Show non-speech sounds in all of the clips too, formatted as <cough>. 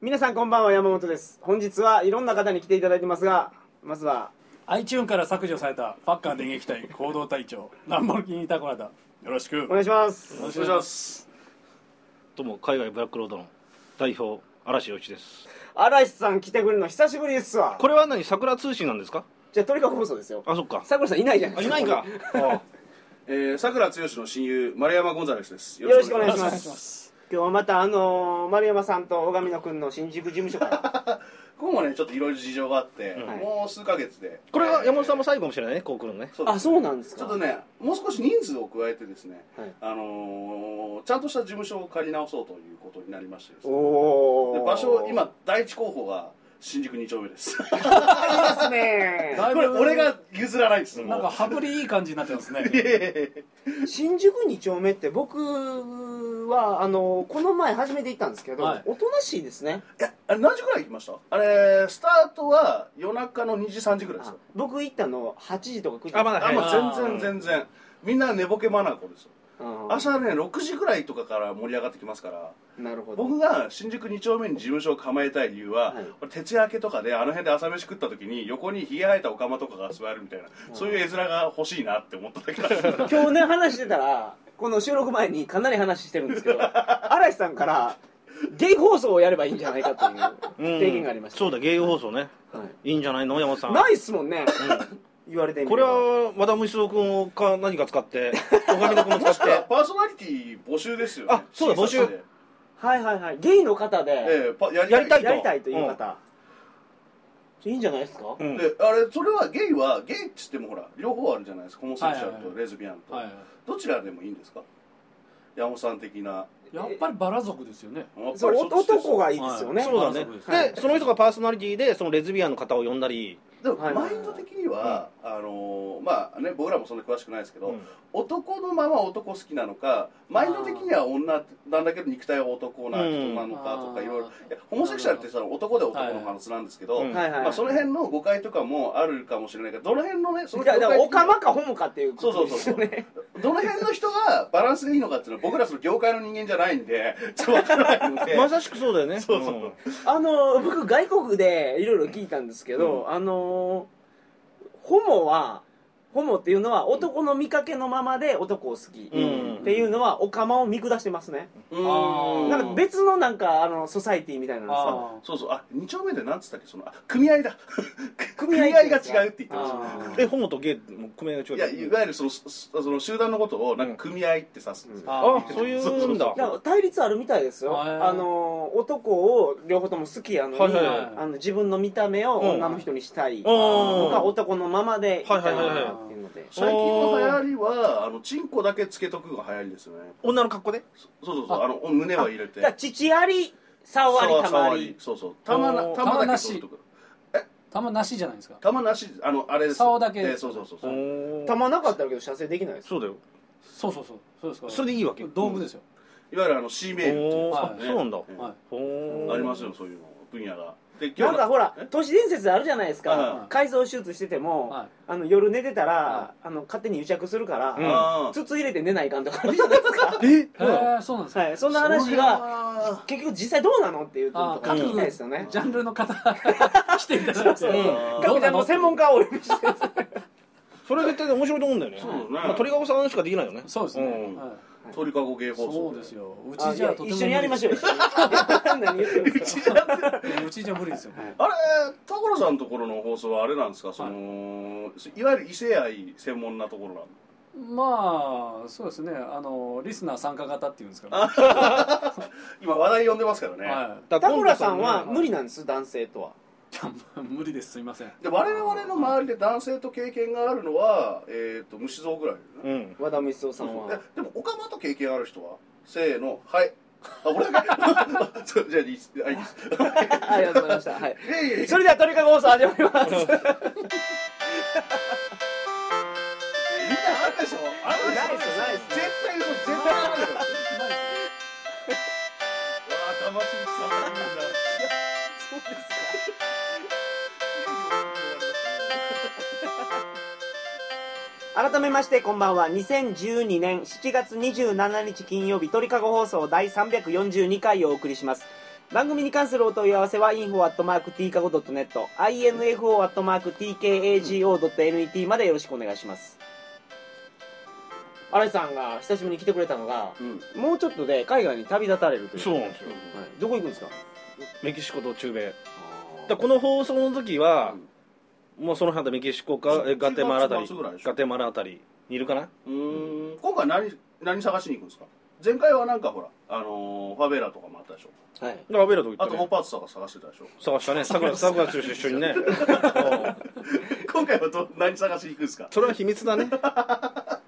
皆さんこんばんは山本です本日はいろんな方に来ていただいてますがまずは iTune から削除されたパッカー電撃隊行動隊長ランボルギーニタコラダよろしくお願いしますお願いしお願いしまますすどうも海外ブラックロードの代表嵐陽一です嵐さん来てくれるの久しぶりですわこれは何桜通信なんですかじゃあトリカゴ放送ですよあそっかさくらさんいないじゃないあでいすかないかあえー、さくらつよしの親友丸山ゴンザレスですよろしくお願いましおま願いすします今日はまたあのー丸山さんと小上野くんの新宿事務所からす今後ねちょっといろいろ事情があって、んもう数ヶ月でこれは山本さんも最後かもしれないねこう来るのねそうですあそうなんですちかょっとねもう少し人数を加えてですね、はいあのーちゃんとした事務所を借り直そうということになりましてですねおでお場所今第一候補が新宿2丁目ですいいです <laughs> ねだいこぶれ俺が譲らないんですもうなんか羽振りいい感じになってますね新宿2丁目って僕はあのこの前初めて行ったんですけど、はいおとなしいですねいやあれ何時ぐらい行きましたあれスタートは夜中の2時3時ぐらいですよ僕行ったの8時とか9時あまだあ早いもあう全然全然みんな寝ぼけ眼ですようん朝ね6時ぐらいとかから盛り上がってきますからなるほど僕が新宿2丁目に事務所を構えたい理由は、はい俺徹夜明けとかであの辺で朝飯食った時に横にひげ生えたおかまとかが座るみたいな、そういう絵面が欲しいなって思っただけなんで <laughs> すよ今日ね話してたらこの収録前にかなり話してるんですけど嵐さんからゲイ放送をやればいいんじゃないかという提言がありました、そうだ芸放送ねはいいいんじゃないの山本さんないっすもんね、言われてみればこれは和田虫郎君か何か使って小上の君ももし使くっはてパーソナリティ募集ですよ、ね、あそうだ募集審査ではいはいはいゲイの方でええパややりたいとやりたいという方、いいんじゃないですか、うんであれそれはゲイはゲイっつってもほら両方あるじゃないですかホモセクシはいャはいルはといレズビアンと、はいどちらでもいいんですか山本さん的なやっぱりバラ族ですよねやっぱりそうそっちです男がいいですよね、そうだねそうですはいでその人がパーソナリティでそのレズビアンの方を呼んだりでも、はいはいはいマインド的には、あのーまあね僕らもそんな詳しくないですけど、うん男のまま男好きなのかマインド的には女なんだけど肉体は男な人なのかとか、うんいろいろあーいやホモセクシャルってその男で男の話なんですけど、はいうんはいはいはいまあ、その辺の誤解とかもあるかもしれないけどどの辺のねそのいやだから誤オカ解マかホモかっていうこそとうそうでそうすそようねどの辺の人がバランスがいいのかっていうのは僕らその業界の人間じゃないんでちょっと分からないので、まさしくそうだよねそうそううんあの僕外国でいろいろ聞いたんですけど、あのホモはホモっていうのは男の見かけのままで男を好き、うんっていうのはオカマを見下してますね、うーんあーなんか別のなんかあのソサイティみたいなのさあそうそうあ二丁目でなんつったっけそのあ組合だ組組合合ってがやつ違うって言ってましたあえホモとゲイも組合が違ういやいわゆるそのそその集団のことをなんか組合って指すんですよ、ああそういうんだーなんか対立あるみたいですよ、へーあの男を両方とも好きやのに、はいはいはいあの自分の見た目を女の人にしたい、うんとか男のままでいたいなっていうので、最近の流行りはあのチンコだけつけとくが流行りですよね女の格好でそうそうそうあのお胸は入れてだから父あり竿あり玉あ触りそうそう玉なおー玉だけ取っとく玉なしじゃないですか玉なしあのあれです竿だけえーそうそうそうそう玉なかったらけど射精できないですそうだよそうそうそうそうですかそれでいいわけ道具ですよ、いわゆるあの C メールっていおうーはいあそうなんだうんはいほーありますよそういうの分野がでなんかほらえ都市伝説あるじゃないですかは改造手術しててもはあの夜寝てたらはあの勝手に癒着するかうんらあー筒入れて寝ないかんとかあるじゃないですかえい、へえそうなんです <laughs> か、はいそんな話がが結局実際どうなのっていうのあとか各聞きたいですよねジャンルの方来ていただいてそうそうう各んジャンルの専門家をお呼びしてそれ絶対面白いと思うんだよねそうですねまあ鳥籠さんしかできないよねそうですね、うんはい鳥かご芸放送そうですようあちいじゃやとても一緒にやりましょう無一緒に何言ってるん <laughs> ですか理 <laughs> ですようちじゃ無理ですよあれ所さんのところの放送はあれなんですかその、い、わゆる異性愛専門なところなのまあそうですねあのリスナー参加型っていうんですかね今話題呼んでますからね、はだ田から今村度さんはね無理なんです男性とはいいや無理ですすいませんで我々の周りで男性と経験があるのは、えー、と虫蔵ぐらいだよね、うん和田光夫さそうんそうはえでもオカマと経験ある人はせーのはいあ俺だけ <laughs> そうじゃあいいっすあいいっすありがとうございましたはいいやいやい <laughs> やそれではトリカゴ放送始まりますみんなあるでしょあるでしょないですよないですよ絶対嘘絶対あるでしょわあ騙し口さんが言うんだ <laughs> 改めましてこんばんは2012年7月27日金曜日鳥かご放送第342回をお送りします番組に関するお問い合わせは info.tkago.net info.tkago.net までよろしくお願いします新井さんが久しぶりに来てくれたのがうんもうちょっとで海外に旅立たれるという <laughs> そうなんですよはい、どこ行くんですかメキシコと中米だからこの放送の時は、もうその辺りメキシコかえガテマラあたり10月末ぐらいでしょガテマラあたりにいるかなうーん今回何何探しに行くんですか前回はなんかほらあのーファベラとかもあったでしょはいだからアベラと行あったとねホパーツとか探してたでしょ探したね桜桜剛と一緒に <laughs> ねうん <laughs> 今回はど何探しに行くんですかそれは秘密だね、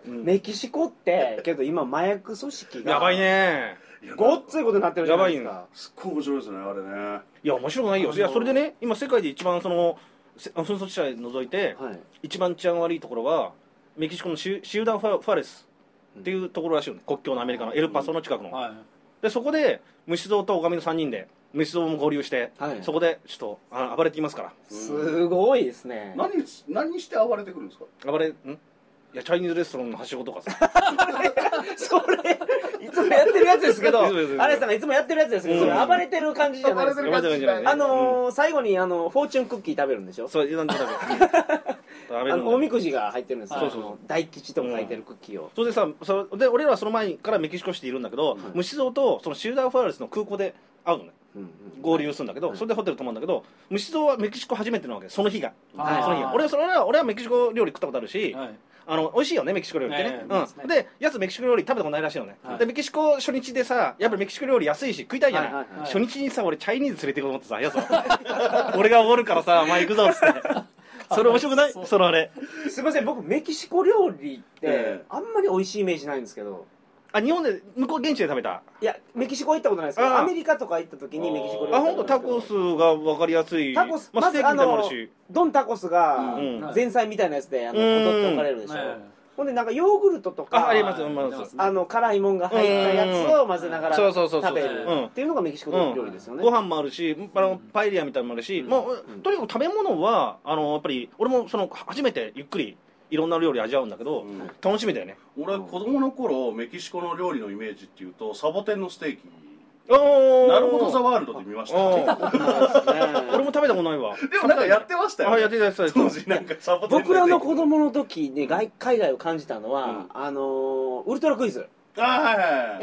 うんメキシコってけど今麻薬組織が <laughs> やばいねごっついことになってるじゃないですやばかすっごい面白いですねあれねいや面白くないよいやそれでね今世界で一番そのせ紛争地帯除いて、はい一番治安悪いところはメキシコのシシウダンファ・ファレスっていうところらしいよね国境のアメリカのエルパソの近くの、はいでそこで虫蔵とおかみの3人で虫蔵も合流して、はいそこでちょっとあ暴れてきますからすごいですね何何して暴れてくるんですか暴れんいやチャイニーズレストランのはしごとかさそれいつもやってるやつですけどいつもやってる新井さんがいつもやってるやつですけどそれ暴れてる感じじゃないです暴かれてる感じじゃないねあのー最後にあのフォーチュンクッキー食べるんでしょそうなんと <laughs> なく食べあるんだのおみくじが入ってるんですよそうあそうそうの大吉とか書いてるクッキーをそれでさそれで俺らはその前からメキシコシティいるんだけど、ん虫蔵とそのシウダーファレスの空港で会うのねうん合流するんだけど、はいそれでホテル泊まるんだけど虫蔵はメキシコ初めてなわけその日がはいその日が俺はそれは俺はメキシコ料理食ったことあるし、はいあの美味しいよねメキシコ料理ってねねえうんまあですねでやつメキシコ料理食べたことないらしいよね、はいでメキシコ初日でさやっぱりメキシコ料理安いし食いたいじゃない,、はいはいはい初日にさ俺チャイニーズ連れて行こうと思ってさやつ俺がおごるからさまあ行くぞっつってそれ面白くないそのあれすいません僕メキシコ料理ってええあんまり美味しいイメージないんですけどあ日本で向こう現地で食べたいやメキシコ行ったことないですけどああアメリカとか行った時にメキシコ料理あ本当タコスが分かりやすいタコス、まあ、まステずーキあみたいなのもあるのし、ドンタコスがうんはい前菜みたいなやつであのうん踊って置かれるでしょ、ねほんでなんかヨーグルトとあかありますありますあの辛いもんが入ったやつを混ぜながらそうそうそうそ食うべるうんっていうのがメキシコ料理ですよね、ご飯もあるしあのパエリアみたいなのもあるし、うんもううんとにかく食べ物はあのやっぱり俺もその初めてゆっくりいろんな料理味わうんだけど、うん楽しみだよね俺子供の頃メキシコの料理のイメージっていうとサボテンのステーキななるほどザワールドで見ましたで俺も食べたことないわもなんかやってましたよあねやってたやってたやってた当時なんかサボテン僕らの子供の時に外海外を感じたのは、うんあのーウルトラクイズあはいはいはいあ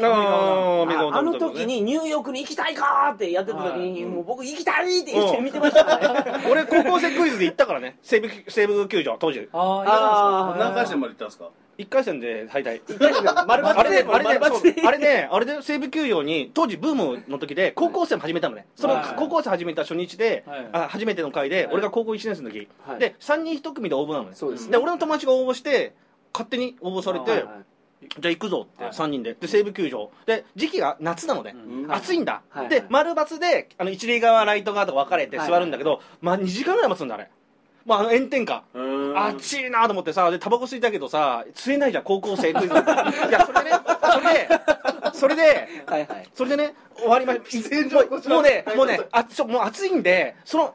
ーメガあホンあの食べたことね時にニューヨークに行きたいかーってやってた時に、はいもう僕行きたいって言って見てましたね、俺高校生クイズで行ったからね西武西武球場当時あーい何かがですか回戦まで行ったんですか1回戦で敗退 <laughs> 一回しか丸あ抜きれでね、あれね丸、抜そきうであれね、あれで西武球場に当時ブームの時で高校生も始めたのね。それをはい高校生始めた初日ではい、あ初めての回はで、い俺が高校1年生の時はい、で3人1組で応募なのね。そうですねで俺の友達が応募して勝手に応募されはいて、じゃあ行くぞってはい3人で、で西武球場で時期が夏なので。うんはい暑いんだ、はいではい丸×であの一塁側ライト側とか分かれて座るんだけど、まあ、2時間ぐらい待つんだあれ、まあ、あの炎天下あ暑いなと思ってさでタバコ吸いたけどさ吸えないじゃん高校 <laughs> 生クイズいやそれでねそれでそれではいはいそれでね終わりましたもうもうねもうねあそうもう暑いんでその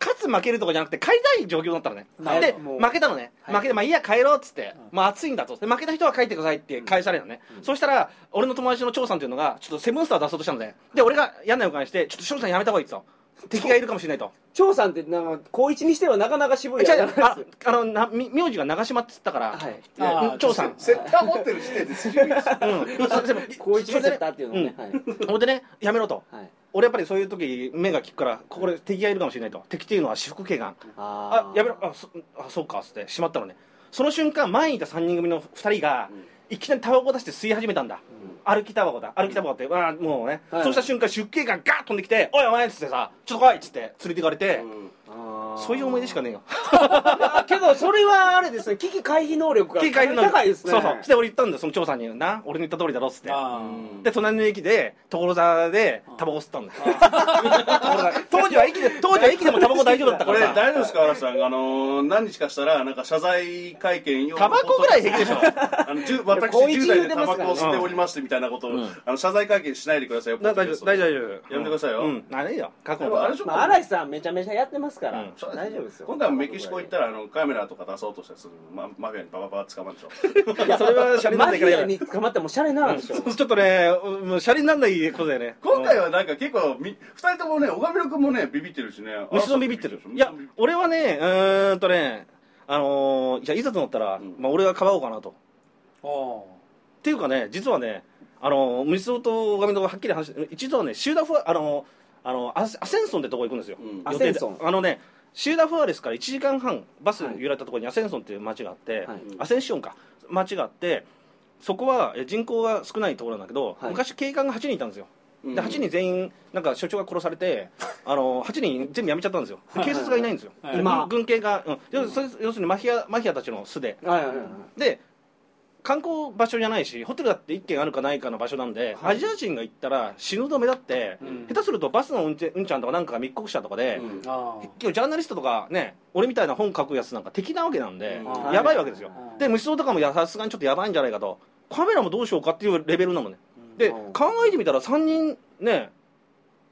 勝つ負けるとかじゃなくて帰りたい状況だったのねはいでもう負けたのねはい負けてまあいいや帰ろうっつってまあ暑いんだとで負けた人は帰ってくださいって返されるのねそしたら俺の友達の張さんっていうのがちょっとセブンスター出そうとしたのでで俺が嫌な予感してちょっと張さんやめた方がいいっつと敵がいるかもしれないと張さんってなんか高一にしてはなかなか渋いじやゃつなんですよああのなみ名字が長島っつったから、はいあー張さんセッター持ってる時点ですごいですうん、 <laughs> それでも高一にセッターっていうのね、んはいほんでねやめろとはい俺やっぱりそういう時目が利くからこれ敵がいるかもしれないと敵っていうのは私服警官ああーやめろあそあそうかっつってしまったのねその瞬間前にいた3人組の2人がいきなりタバコ出して吸い始めたんだ、歩きタバコだ歩きタバコって、わあもうね、はいそうした瞬間出警官ガーッ飛んできて「おいお前」っつってさ「ちょっと来い」っつって連れていかれて、あーそういう思い出しかねえよあけどそれはあれですね危機回避能力が警官いるのに高いですねそうそうそして俺言ったんだよその長さんに「な俺の言った通りだろ」っつってあうんで隣の駅で所沢でタバコ吸ったんだよ所沢 <laughs> 当時は駅で当時は駅でもタバコ大丈夫だったこかれらさ <laughs> 大丈夫ですか、嵐さん、あのー何日かしたら、なんか謝罪会見用のタバコぐらい平気でしょあのじゅ私、高一10代言うてでタますバからコを吸っておりましてみたいなことを、あの謝罪会見しないでくださいよ、な大丈ポッドキャス夫ト大丈夫やめてくださいようんあれよ過去でもあれのでしょまあ、新井さんめちゃめちゃやってますから、うん謝そう大丈夫ですよ今回もメキシコ行ったらあのカメラとか出そうとしたらするママフィアにババババ捕まるでし <laughs> ょいやそれはシャレになマらなフいからやィアるに捕まってもシャレにならんでしょ <laughs> ちょっとね、もうシャレになんないことだよね。今回はなんか結構み2人ともね小上野君もねビビってるしね虫のビビってるあそういや虫のビビってる俺はねうーんとねあのーいやいざとなったら、うんまあ、俺がかばおうかなとっおていうかね実はねあのー、水尾と大神とはっきり話して一度はねシューダフアあのーあのーアセアセンソンってとこ行くんですよ、うん予ア定でセンソンあのねシューダフアレスから1時間半バスはい揺られたところにアセンソンっていう町があって、はいアセンシオンか町があってそこはえ人口が少ないところなんだけど、はい昔警官が8人いたんですようんで8人全員なんか所長が殺されてあの8人全部辞めちゃったんですよで警察がいないんですよはいはいでまあ軍警が、うん、要するに要するにマフィアマフィアたちの巣ではいはいはいはいで観光場所じゃないしホテルだって1軒あるかないかの場所なんで、はいアジア人が行ったら死ぬほど目立って、うん下手するとバスの運転運ちゃんとかなんかが密告者とかで、うんーあー今日ジャーナリストとかね俺みたいな本書くやつなんか敵なわけなんで、うんやばいわけですよ、うんで無双とかもやさすがにちょっとやばいんじゃないかとカメラもどうしようかっていうレベルなのねでうん考えてみたら3人ね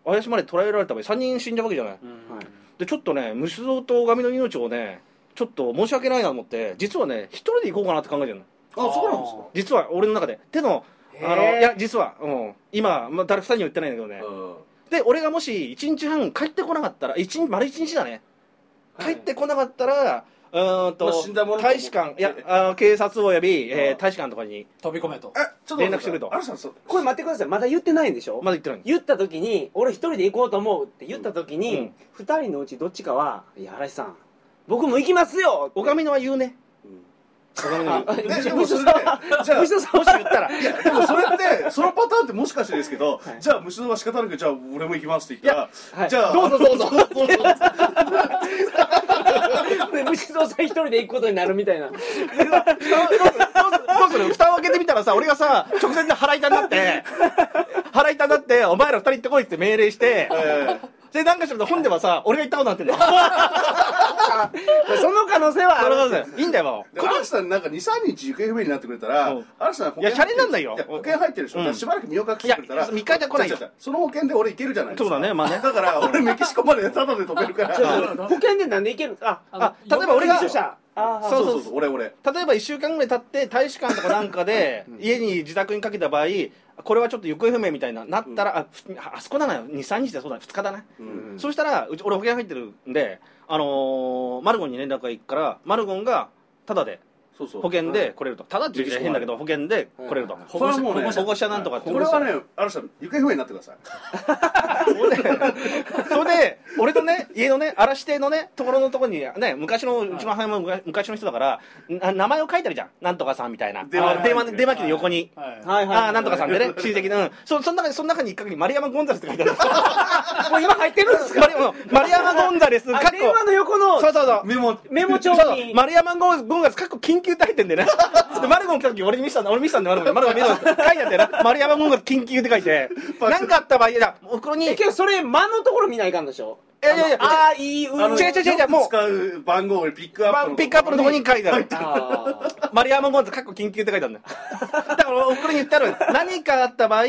怪しまれて捕らえられた場合3人死んじゃうわけじゃないうんはいでちょっとね虫蔵と狼の命をねちょっと申し訳ないなと思って実はね一人で行こうかなって考えてるのあそうなんですか実は俺の中で手のあのへーいや実は、うん、今、まあ、誰二人には言ってないんだけどね、で俺がもし1日半帰ってこなかったら1日丸1日だねは帰いってこなかったら、うーんまとあ死んだものと大使館いやあの警察および、えーうん大使館とかに飛び込めとえちょっと待っ連絡てしてくれとあるさんそうこれ待ってくださいまだ言ってないんでしょまだ行ってないんです言った時に俺一人で行こうと思うって言った時うにん二、人のうちどっちかは「いや嵐さん僕も行きますよ!」おかみのは言うねうんおかみのは言うねでむもしろそれでじゃあむしろもし言ったら <laughs> いやでもそれってそのパターンってもしかしてですけど、はいじゃあ虫のは仕方なくじゃあ俺も行きますって言ったら、はいじゃあどうぞどうぞ <laughs> で虫蔵さん一人で行くことになるみた <laughs> いなどうする蓋を開けてみたらさ俺がさ直接腹痛になって腹痛になってお前ら二人行ってこいって命令してえでなんかしらと本ではさ俺が行ったことになってんだよ <laughs> その可能性はあなるほるどねいいんだよもうー、で嵐さんなんか23日行方不明になってくれたら、うん嵐さん保険いやシャレになんないよや保険入ってるでしょ、うんだからしばらく身を隠してくれたいらや三日じゃ来ないよ違う違う違うその保険で俺行けるじゃないですかそうだねまあねだから俺メキシコまでタダで飛べるからそう保険でなんで行けるああ例えば俺が一緒者あーそうそうそう俺俺例えば1週間ぐらい経って大使館とかなんかで家に自宅にかけた場合これはちょっと行方不明みたいななったら、あふああそこだな23日でそうだ2日だな、うんんそうしたらうち俺保険入ってるんで、あのーマルゴンに連絡が行くからマルゴンがタダでそうそう保険で来れるとタダって言うと変だけど保険で来れるとはいこれはもうね保護者なんとかってこれはね嵐さん行方不明になってくださいそれでそれで俺とね家のね嵐邸のねところのところにね昔のうちの母親も昔昔の人だからな名前を書いてあるじゃんなんとかさんみたいな電話あ電話電話機の横に。はいはいはいああなんとかさんでね親戚の、うん、そその中にその中に一角に丸山ゴンザレスって書いて <laughs> あるもう今入ってるんですか丸山 <laughs> 丸山ゴンザレスかっあ電話の横のこそうそうそうメモメモそ帳うそうに丸山ゴンゴンザレスかっこ緊急って入ってんだよねでマルゴン来た時俺に見せたんだ俺見せたんだよマルゴンにマルゴン見せたんだ書いてあったよな丸山ゴンザレス緊急って書いて何かあった場合じゃあおふくろにえけどそれ間のところ見ないかんでしょいやいやいやあーいいうあの違う違う違うもう使う番号をピックアまッあプピックアップのところに書いてあるあー丸山ゴンズ、かっこ緊急って書いてあるんだよ。だから、おふくろに言ってある。何かあった場合、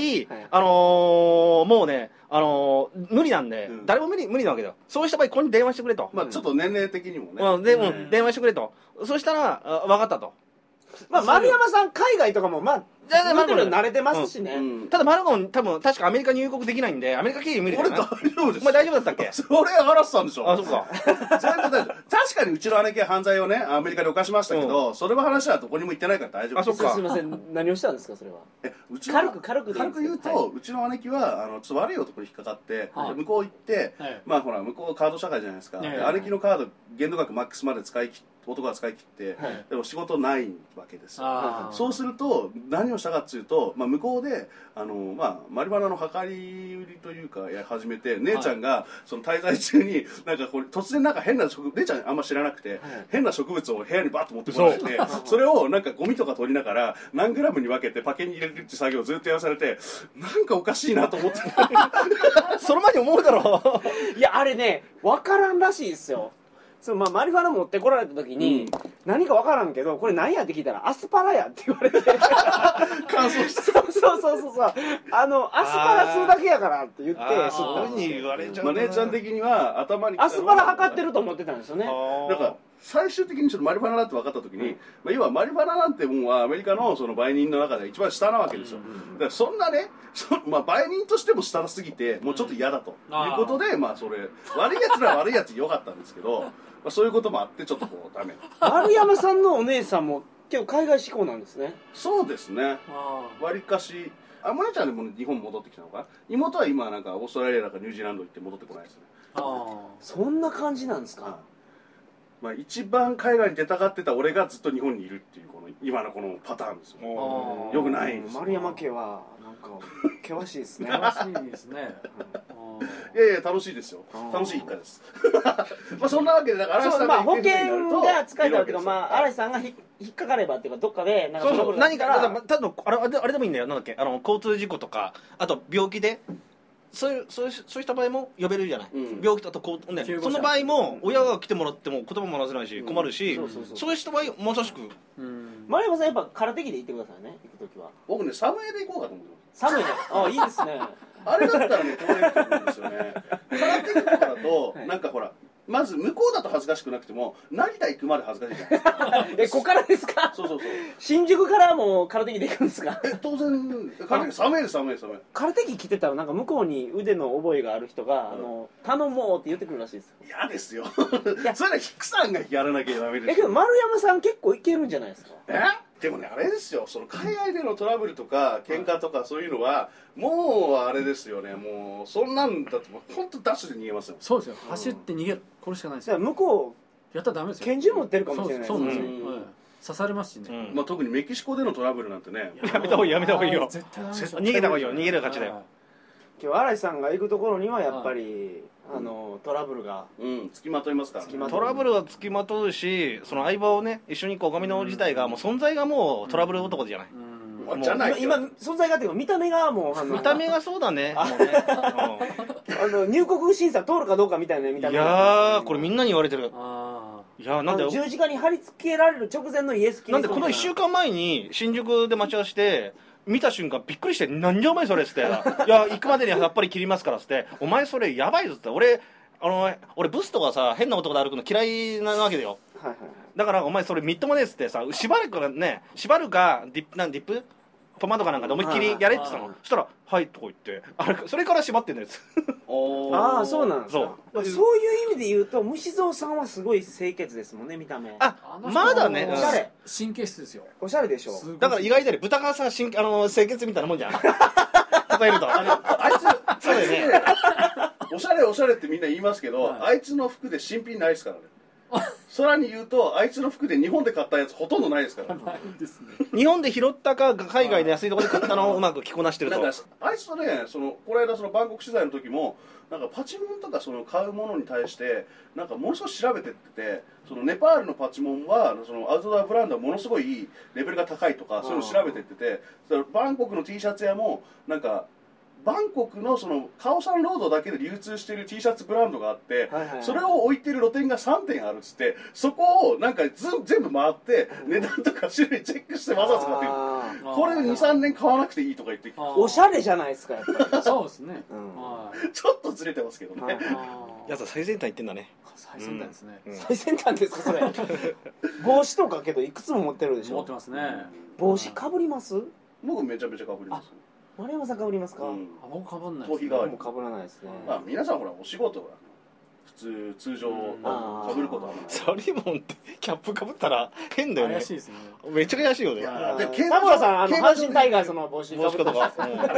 あのー、もうね、あのー、無理なんで、うん誰も無理、無理なわけだよ。そうした場合、ここに電話してくれと。まあちょっと年齢的にもね、うん、で、ううんん、電話してくれと。そうしたら、あ分かったと。まあ丸山さん海外とかもまあ全然見てるの慣れてますしね、うんただ、マルゴン、多分、確かアメリカ入国できないんで、アメリカ経由無理だ俺よ大な。丈夫でおす前大丈夫だったっけそれは嵐さんでしょあ、そっ <laughs> か。全然大丈夫確かにうちの姉貴は犯罪をねアメリカで犯しましたけど、それは話はどこにも行ってないから大丈夫あそっですかすいません何をしたんですかそれはえうちの軽く軽くでいい軽んですくけど言うと、はうちの姉貴はあのちょっと悪い男に引っかかって、はい向こう行って、はいまあほら向こうカード社会じゃないですか、ええで姉貴のカード限度額マックスまで使い切男が使い切って、はいでも仕事ないわけですよあーそうすると何をしたかっていうと、まあ、向こうであの、まあ、マリバナの量り売りというかや始めて姉ちゃんが、その滞在中になんかこれ突然なんか変な植物姉ちゃんあんま知らなくて、変な植物を部屋にバッと持ってこられてそれをなんかゴミとか取りながら何グラムに分けてパケに入れるっていう作業をずっとやらされてなんかおかしいなと <laughs> 思ってその前に思うだろう。いやあれね分からんらしいですよそのまあマリファナ持ってこられた時に、うん何か分からんけどこれ何やって聞いたらアスパラやって言わ <laughs> れて乾燥したそうそうそうそうそうあのアスパラ吸うだけやからって言って知っあーたんですよ言われちゃまあ姉ちゃん的には頭にアスパラ測ってると思ってたんですよねだから最終的にちょっとマリファナだって分かった時に、まあ、要はマリファナなんてもんはアメリカのその売人の中で一番下なわけですよ、だからそんなねそ、まあ、売人としても下すぎてもうちょっと嫌だと、あーいうことでまあそれ悪いやつらは悪いやつでよかったんですけ <laughs> どまあそういうこともあってちょっとこうダメ丸山さんのお姉さんも結構海外志向なんですねそうですねあわりかしあモネちゃんでも日本戻ってきたのかな妹は今なんかオーストラリアなんかニュージーランド行って戻ってこないですねああそんな感じなんですかまあ、一番海外に出たがってた俺がずっと日本にいるっていうこの今のこのパターンですよあーよくないです丸山家はなんか <laughs> 険しいですねあ楽しいで <laughs> すねいやいや楽しいですよあー楽しい一家です <laughs> まあそんなわけでだから嵐そさうんまがあ保行方にな険るとが使えたらというか、いるわけですよまあ、嵐さんがひ引っかかればっていうかどっかでなんかそトラうブそうルがあっ何たかだから多分あれあれあれでもいいんだよなんだっけあの交通事故とかあと病気でそういうそういうそうした場合も呼べるじゃない、うん病気だとこう、ね、救護そ者の場合も親が来てもらっても言葉も話せないし困るし、そうそうそうそうした場合まさしくうん丸山さんやっぱ空手着で行ってくださいね行く時は僕ねサムエで行こうかと思ってます寒いね <laughs> ああいいですねあれだったらねこうやってくるんですよね空手とかだ <laughs> と、はいなんかほらまず向こうだと恥ずかしくなくても成田行くまで恥ずかしいじゃないですかえここからですかそうそうそう新宿からもう空手着で行くんですかえ当然寒い寒いです寒いです寒い空手着着てたらなんか向こうに腕の覚えがある人が「あの頼もう」って言ってくるらしいですよ嫌ですよいや <laughs> それはヒクさんがやらなきゃダメですえけど丸山さん結構いけるんじゃないですかえでもねあれですよその海外でのトラブルとか喧嘩とかそういうのはもうあれですよねもうそんなんだともう本当ダッシュで逃げますよそうですよ走って逃げるこれしかないですじゃあよ向こやったらダメですうよ拳銃持ってるかもしれないそうそうなんですうよんはい刺されますしうねんまあ、特にメキシコでのトラブルなんてね <laughs> やめた方がいいやめた方がい <laughs> いよ絶対ダメでしょ逃げた方がいいよ逃げる勝ちだよ、はい今日嵐さんが行くところにはやっぱり、あのトラブルがうんつきまといますから、つきまとトラブルはつきまとうしその相棒をね一緒にこう拝みの自体がもう存在がもうトラブル男じゃない、うんまあじゃない今今存在がっていうか見た目がもうあの見た目がそうだねもうねあの入国審査通るかどうかみたいな見うんたい目やーこれみなんなに言われてるあいやーななんんだよ十字架に貼り付けられる直前のイエス・キリスなんでトこみのたい1週間前に新宿で待ち合わせして見た瞬間びっくりして「なんじゃお前それ」っつって「いや行くまでにはやっぱり切りますから」っつって「お前それやばいぞ」っつって俺あの俺ブスとかさ変な男で歩くの嫌いなわけだよはいはいはいだからお前それみっともねえっつってさしばらくねしばるかディップなんディップトマトかなんかで思いっきりやれって言ったあのーそしたら「はい」とか言ってあれそれから縛ってんのやつああそうなんんですかそうそういう意味で言うと虫蔵さんはすごい清潔ですもんね見た目ーああの人まだねもうんおしゃれ神経質ですよおしゃれでしょすごいだから意外だよ豚川さん神あの清潔みたいなもんじゃん例えるとあのあいつそうだよねおしゃれおしゃれってみんな言いますけど、はいあいつの服で新品ないですからねさらに言うとあいつの服で日本で買ったやつほとんどないですからないですね日本で拾ったか海外の安いところで買ったのをうまく着こなしてるなとんかあいつとねそのこの間そのバンコク取材の時もなんかパチモンとかその買うものに対してなんかものすごい調べてっててそのネパールのパチモンはそのアウトドアブランドはものすごいレベルが高いとかそういうのを調べてっててそのバンコクの T シャツ屋もなんかバンコクのそのカオサンロードだけで流通している T シャツブランドがあって、はいはいはいそれを置いてる露店が3店あるっつってそこをなんかず全部回って値段とか種類チェックしてわざわざ買ってるあーこれ23年買わなくていいとか言っておしゃれれじゃないですかやっぱり <laughs> そうですねうんはい <laughs> ちょっとずれてますけどね、はいやつは最先端行ってんだね最先端ですねうん最先端ですかそれ帽子とかけどいくつも持ってるでし持っょてますね帽子かぶります僕めちゃめちゃかぶります丸山さんかぶりますか、うもんあ僕かぶんない頭皮代わりうかぶらないですね、まあ皆さんほらお仕事が普通通常うんかぶることはあんまサリモンってキャップかぶったら変だよね怪しいですねめっちゃ怪しいよねいやあーで田競馬場村さんあの競馬場阪神タイガースの帽子帽か子ぶとってか <laughs> ま、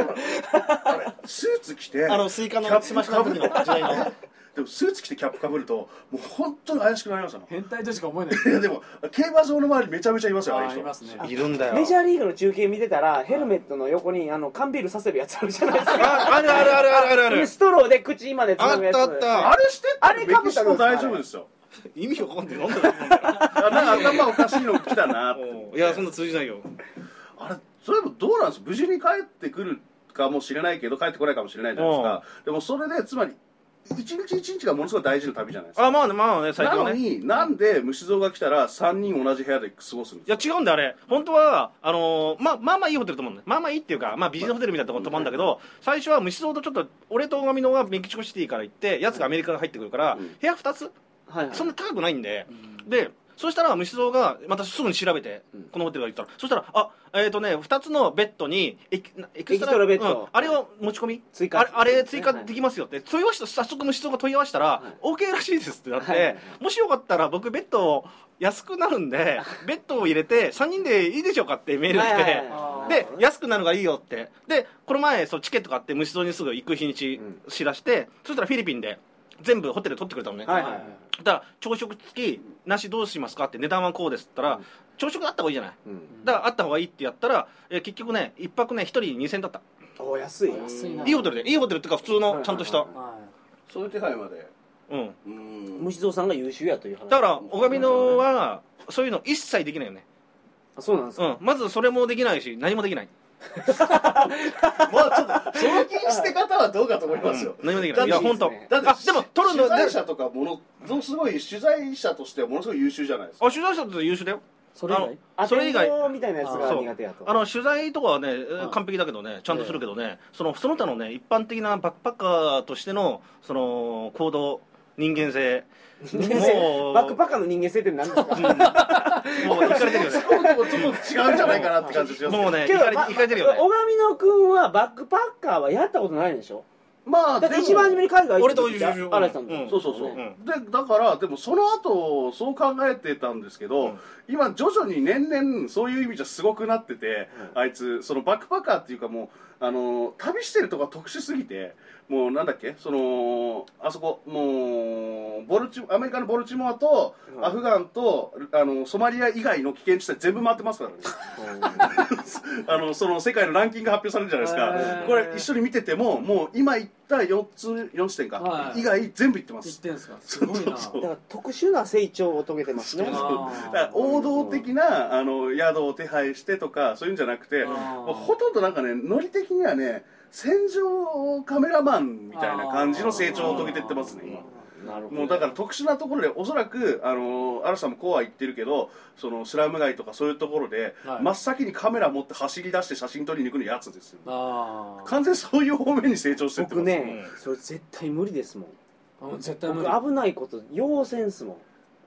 ないあれスーツ着てうんあのスイカのキャップしましの時の時代のでもスーツ着てキャップかぶるともう本当に怪しくなりましたね変態としか思えないいやでも競馬場の周りめちゃめちゃいますよああいあうー人いますねいるんだよメジャーリーグの中継見てたらヘルメットの横にあの缶ビールさせるやつあるじゃないですか <laughs> ああるあるあるあるあるあでるストローで口までつまむやつあったあっあれしてあれ被ったんですかメキシコ大丈夫ですよ意味わかんないなんだよあなんか頭おかしいの来たなってうんいやそんな通じないよあれそれもどうなんです無事に帰ってくるかもしれないけど帰ってこないかもしれないじゃないですかでもそれでつまり一日一日がものすごい大事な旅じゃないですかあまあねまあね最な近のはねいになんで虫蔵が来たら3人同じ部屋で過ごすんですや違うんだよあれ本当はあのーまあまあまあいいホテルと思うんだまあまあいいっていうかまあビジネスホテルみたいなとこ泊まるんだけど最初は虫蔵とちょっと俺と大神の方がメキシコシティから行ってやつがアメリカから入ってくるから、うん部屋2つはいはいそんな高くないんで、うんでそしたら虫蔵がまたすぐに調べて、うんこのホテルが行ったらそしたらあえっ、とね2つのベッドにエキなエエキストラベッドうんあれを持ち込み追加あれあれ追加できますよって、問い合わせた早速虫蔵が問い合わせたら、い OK らしいですってなって、はいはいはいもしよかったら僕ベッドを安くなるんでベッドを入れて3人でいいでしょうかってメールが来て、はいはいあーはいで安くなるのがいいよってでこの前そうチケット買って虫蔵にすぐ行く日にちうん知らして、そしたらフィリピンで全部ホテル取ってくれたのね、はいはいはいだから朝食付きなしどうしますかって値段はこうですって言ったら、うん朝食あった方がいいじゃないうんだからあった方がいいってやったら、えー結局ね一泊ね一人2000円だった、お安い安いないいホテルでいいホテルっていうか普通のちゃんとした、はいははそういう手配までうんうん虫蔵さんが優秀やという話だから小上野はそういうの一切できないよね、あそうなんですうか、ん、まずそれもできないし何もできない、まあちょっと賞金して方はどうかと思いますよ、うん何もできないいやだって本当ねだあってでも撮るの取取材であ者とかものすごい取材者としてはものすごい優秀じゃないですか取材者と優秀だよそれ以外あそれ以外天皇みたいなやつが苦手やと <laughs> あの取材とかはねえーうん完璧だけどねちゃんとするけどねそのその他のね一般的なバックパッカーとしてのその行動人間性人間性もうバックパッカーの人間性って何ですかもういかれてるよねそこもちょっと違うんじゃないかなって感じしますもうねいけどかれまいかれてるよね小上野くんはバックパッカーはやったことないでしょまあだって一番初めに海外行った時俺と一緒荒井さんと、うんそうそうそう、うんでだからでもその後そう考えてたんですけど、うん今徐々に年々そういう意味じゃすごくなってて、うあいつそのバックパッカーっていうかもうあの旅してるとか特殊すぎてもうなんだっけそのあそこもうボルチアメリカのボルチモアと、うんアフガンとあのソマリア以外の危険地帯全部回ってますからねあのその世界のランキング発表されるじゃないですへかーこれ一緒に見ててももう今行った4つ4地点か、はい以外全部行ってまい知すってんすかすごいなそうそうだから特殊な成長を遂げてますねそうそうだあから王道的なあの宿を手配してとかそういうんじゃなくてあーまあほとんどなんかねノリ的にはね戦場カメラマンみたいな感じの成長を遂げてってますね今なるほどもうだから特殊なところでおそらくあのアラさんもこうは言ってるけどそのスラム街とかそういうところで、はい真っ先にカメラ持って走り出して写真撮りに行くのやつですよあー完全にそういう方面に成長してって僕ますね、それ絶対無理ですもんうん絶対無理僕危ないこと要せんっすもん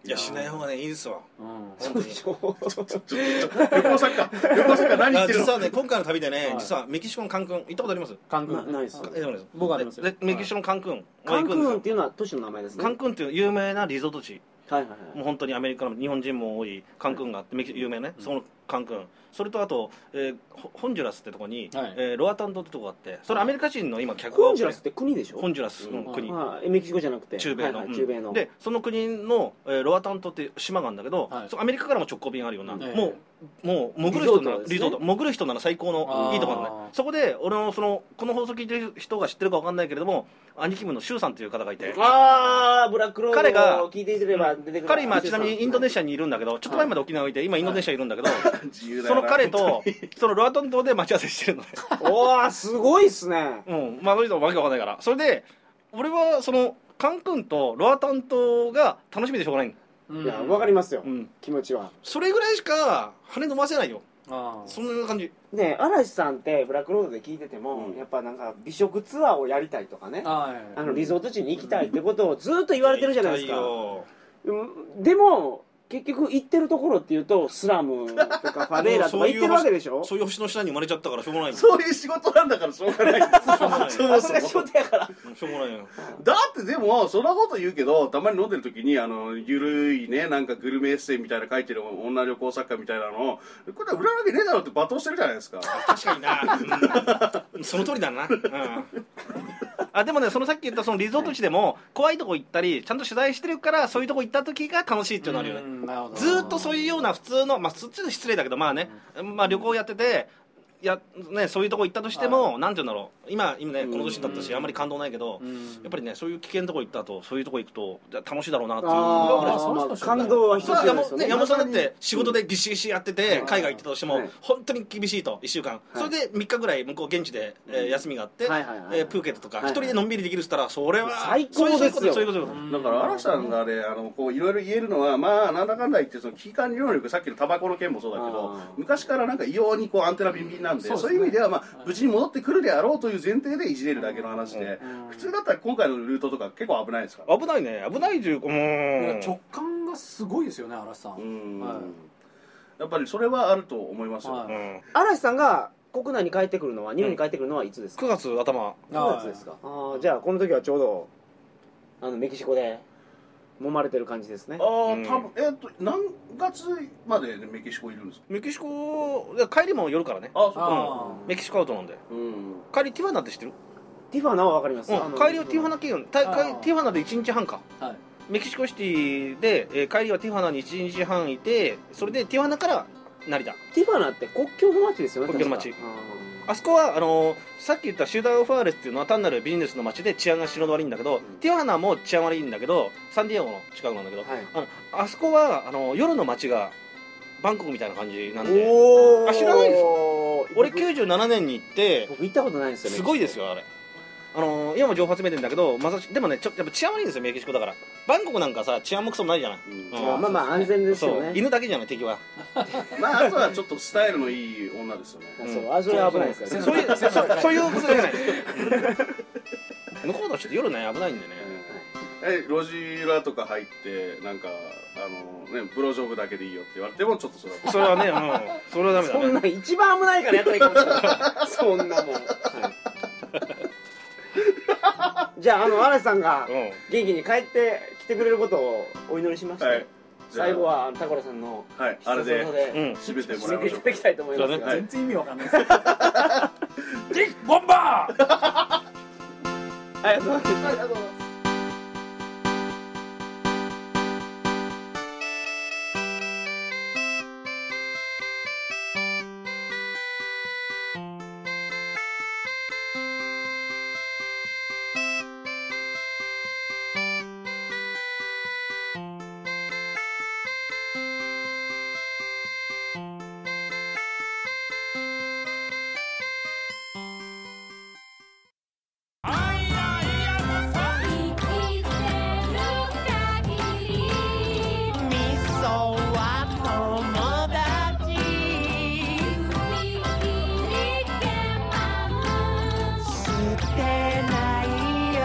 いやしない方がねいいですわうんそうでしょちょちょちょ旅行作家旅行作家何言あってるの実はね今回の旅でね、はい実はメキシコのカンクン行ったことあります関空なないっすえでもね僕はありますよででメキシコのカンクンカンクン行っくんでていうのは都市の名前ですすねよカンクンっていう有名なリゾート地はいはいもう本当にアメリカの日本人も多いカンクンがあってメキシ有名ね、そのカンクンそれとあと、えーホホンジュラスってとこに、はいえーロアタンドってとこがあってそれアメリカ人の今客ホが多ンくてジュラスって国でしょホンジュラスうのん国、はいえメキシコじゃなくて中米の,はういん、はい中米のでその国の、えーロアタンドっていう島があるんだけど、はいそアメリカからも直行便あるような、うんもうもう潜る人ならリリゾゾートート,、ですね潜る人なら最高あのーいいところだねそこで俺のそのこの放送聞いてる人が知ってるかわかんないけれども兄貴分のシュウさんという方がいてああブラックロード彼がを聞いていれば出てくる彼今ちなみにインドネシアにいるんだけどちょっと前まで沖縄にいて今インドネシアにいるんだけど、自由だそよなの彼とそのロアタンドで待ち合わせし <laughs> てるのねおーすごいっすねうんまあその人もわけわかんないからそれで俺はそのカン君とロアタンドが楽しみでしょうがないんだいやわかりますようん気持ちはそれぐらいしか羽伸ばせないよあーそんな感じね嵐さんってブラックロードで聞いてても、うんやっぱなんか美食ツアーをやりたいとかねあはいのリゾート地に行きたいってことをずっと言われてるじゃないですか行うんでも結局行ってるところっていうとスラムとかファベーラとか行ってるわけでしょきたいよそういう星の下に生まれちゃったからしょうがないよしょそういう仕事なんだからしょうがないですうがないそあもそそれもが仕事やからうがないよだってでもそんなこと言うけどたまに飲んでる時にあのゆるいねなんかグルメエッセイみたいな書いてる女旅行作家みたいなのをこれは売らなきゃねえだろって罵倒してるじゃないですか確かにな、うん <laughs> その通りだな、うん、あでもねそのさっき言ったそのリゾート地でも怖いとこ行ったりちゃんと取材してるからそういうとこ行った時が楽しいっていうのあるよねずーっとそういうような普通のまあそっちの失礼だけどまあね、まあ、旅行やっててや、ね、そういうとこ行ったとしてもなんて言うんだろう今今ねこの年だったし、うんあんまり感動ないけど、やっぱりねそういう危険なとこ行った後そういうとこ行くとじゃあ楽しいだろうなっていうあぐらいですー、まそうあ、そう感動は一つそうで山すよ本ねね山本さんだって仕事でギシギシやっててうん海外行ってたとしてもはい本当に厳しいと1週間いそれで3日ぐらい向こう現地でえー休みがあってはいはいはいえープーケットとかはいは一い人でのんびりできるっつったらそれは最高ですよそういうことそういうことだから嵐さんがあれあのこういろいろ言えるのはまあなんだかんだ言ってその危機管理能力さっきのタバコの件もそうだけどあー昔からなんか異様にこうアンテナビンビンなんそで,、うですそうねいう意味では、まあはい無事に戻ってくるであろうという前提でいじれるだけの話で、うん普通だったら今回のルートとか結構危ないですから、危ないね危ないというかういやーん直感がすごいですよね嵐さんうんはやっぱりそれはあると思いますよ、はうん嵐さんが国内に帰ってくるのは日本に帰ってくるのはいつですか、 9月頭い9月ですかあーじゃあこの時はちょうどあのメキシコで揉まれてる感じですねああ、うん多分えっ、と何月までメキシコいるんですかメキシコいや帰りも夜からねああそっかあメキシコアウトなんでうん帰りティファナって知ってるティファナは分かります、あうんの帰りはティファナ期間たあー帰ティファナで1日半かあはいメキシコシティでえー帰りはティファナに1日半いてそれでティファナから成田ティファナって国境の街ですよね国境の街確かうんあそこはあのーさっき言ったシュダーファーレスっていうのは単なるビジネスの街で治安が城の悪いんだけど、ティファナも治安悪いんだけどサンディエゴの近くなんだけど、はいあのあそこはあの夜の街がバンコクみたいな感じなんでおおあ知らないです俺俺97年に行って僕行ったことないんですよねすごいですよあれあのー今も情報集めてんだけどまさしでもねちょやっぱ治安悪いんですよメキシコだからバンコクなんかさ治安もクソもないじゃないうんあうんーまあまあ安全ですよねそう犬だけじゃない敵はまああとはちょっとスタイルのいい女ですよねあうんそうあそれは危ないですそようねそ <laughs> ういうそうそういうことじゃない <laughs> 向こうのちょっと夜ね危ないんでねえ路地裏とか入ってなんかあのねブロジョブだけでいいよって言われてもちょっとそれは <laughs> それはね、うん、それはダメだそねんなん一番危ないからやったらいいかも <laughs> しれないそんなもん、はい、じゃああの嵐さんがうん元気に帰ってきてくれることをお祈りしまして、はいじゃあ最後はタコラさんのはいあれで必殺技うん、締めてもら締めいまていただしょうきたいと思いますが、は全然意味わかんないです <laughs> ジェイクボンバーありがとうございました生きてる限り」「みそは友達」「みきりけまん」「捨てないよ」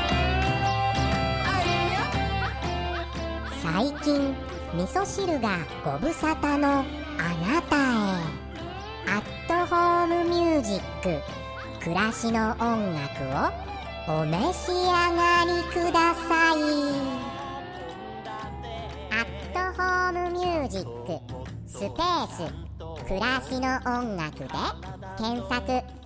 「あれよ」最近味噌汁がご無沙汰のあなたへアットホームミュージック暮らしの音楽をお召し上がりくださいアットホームミュージックスペース暮らしの音楽で検索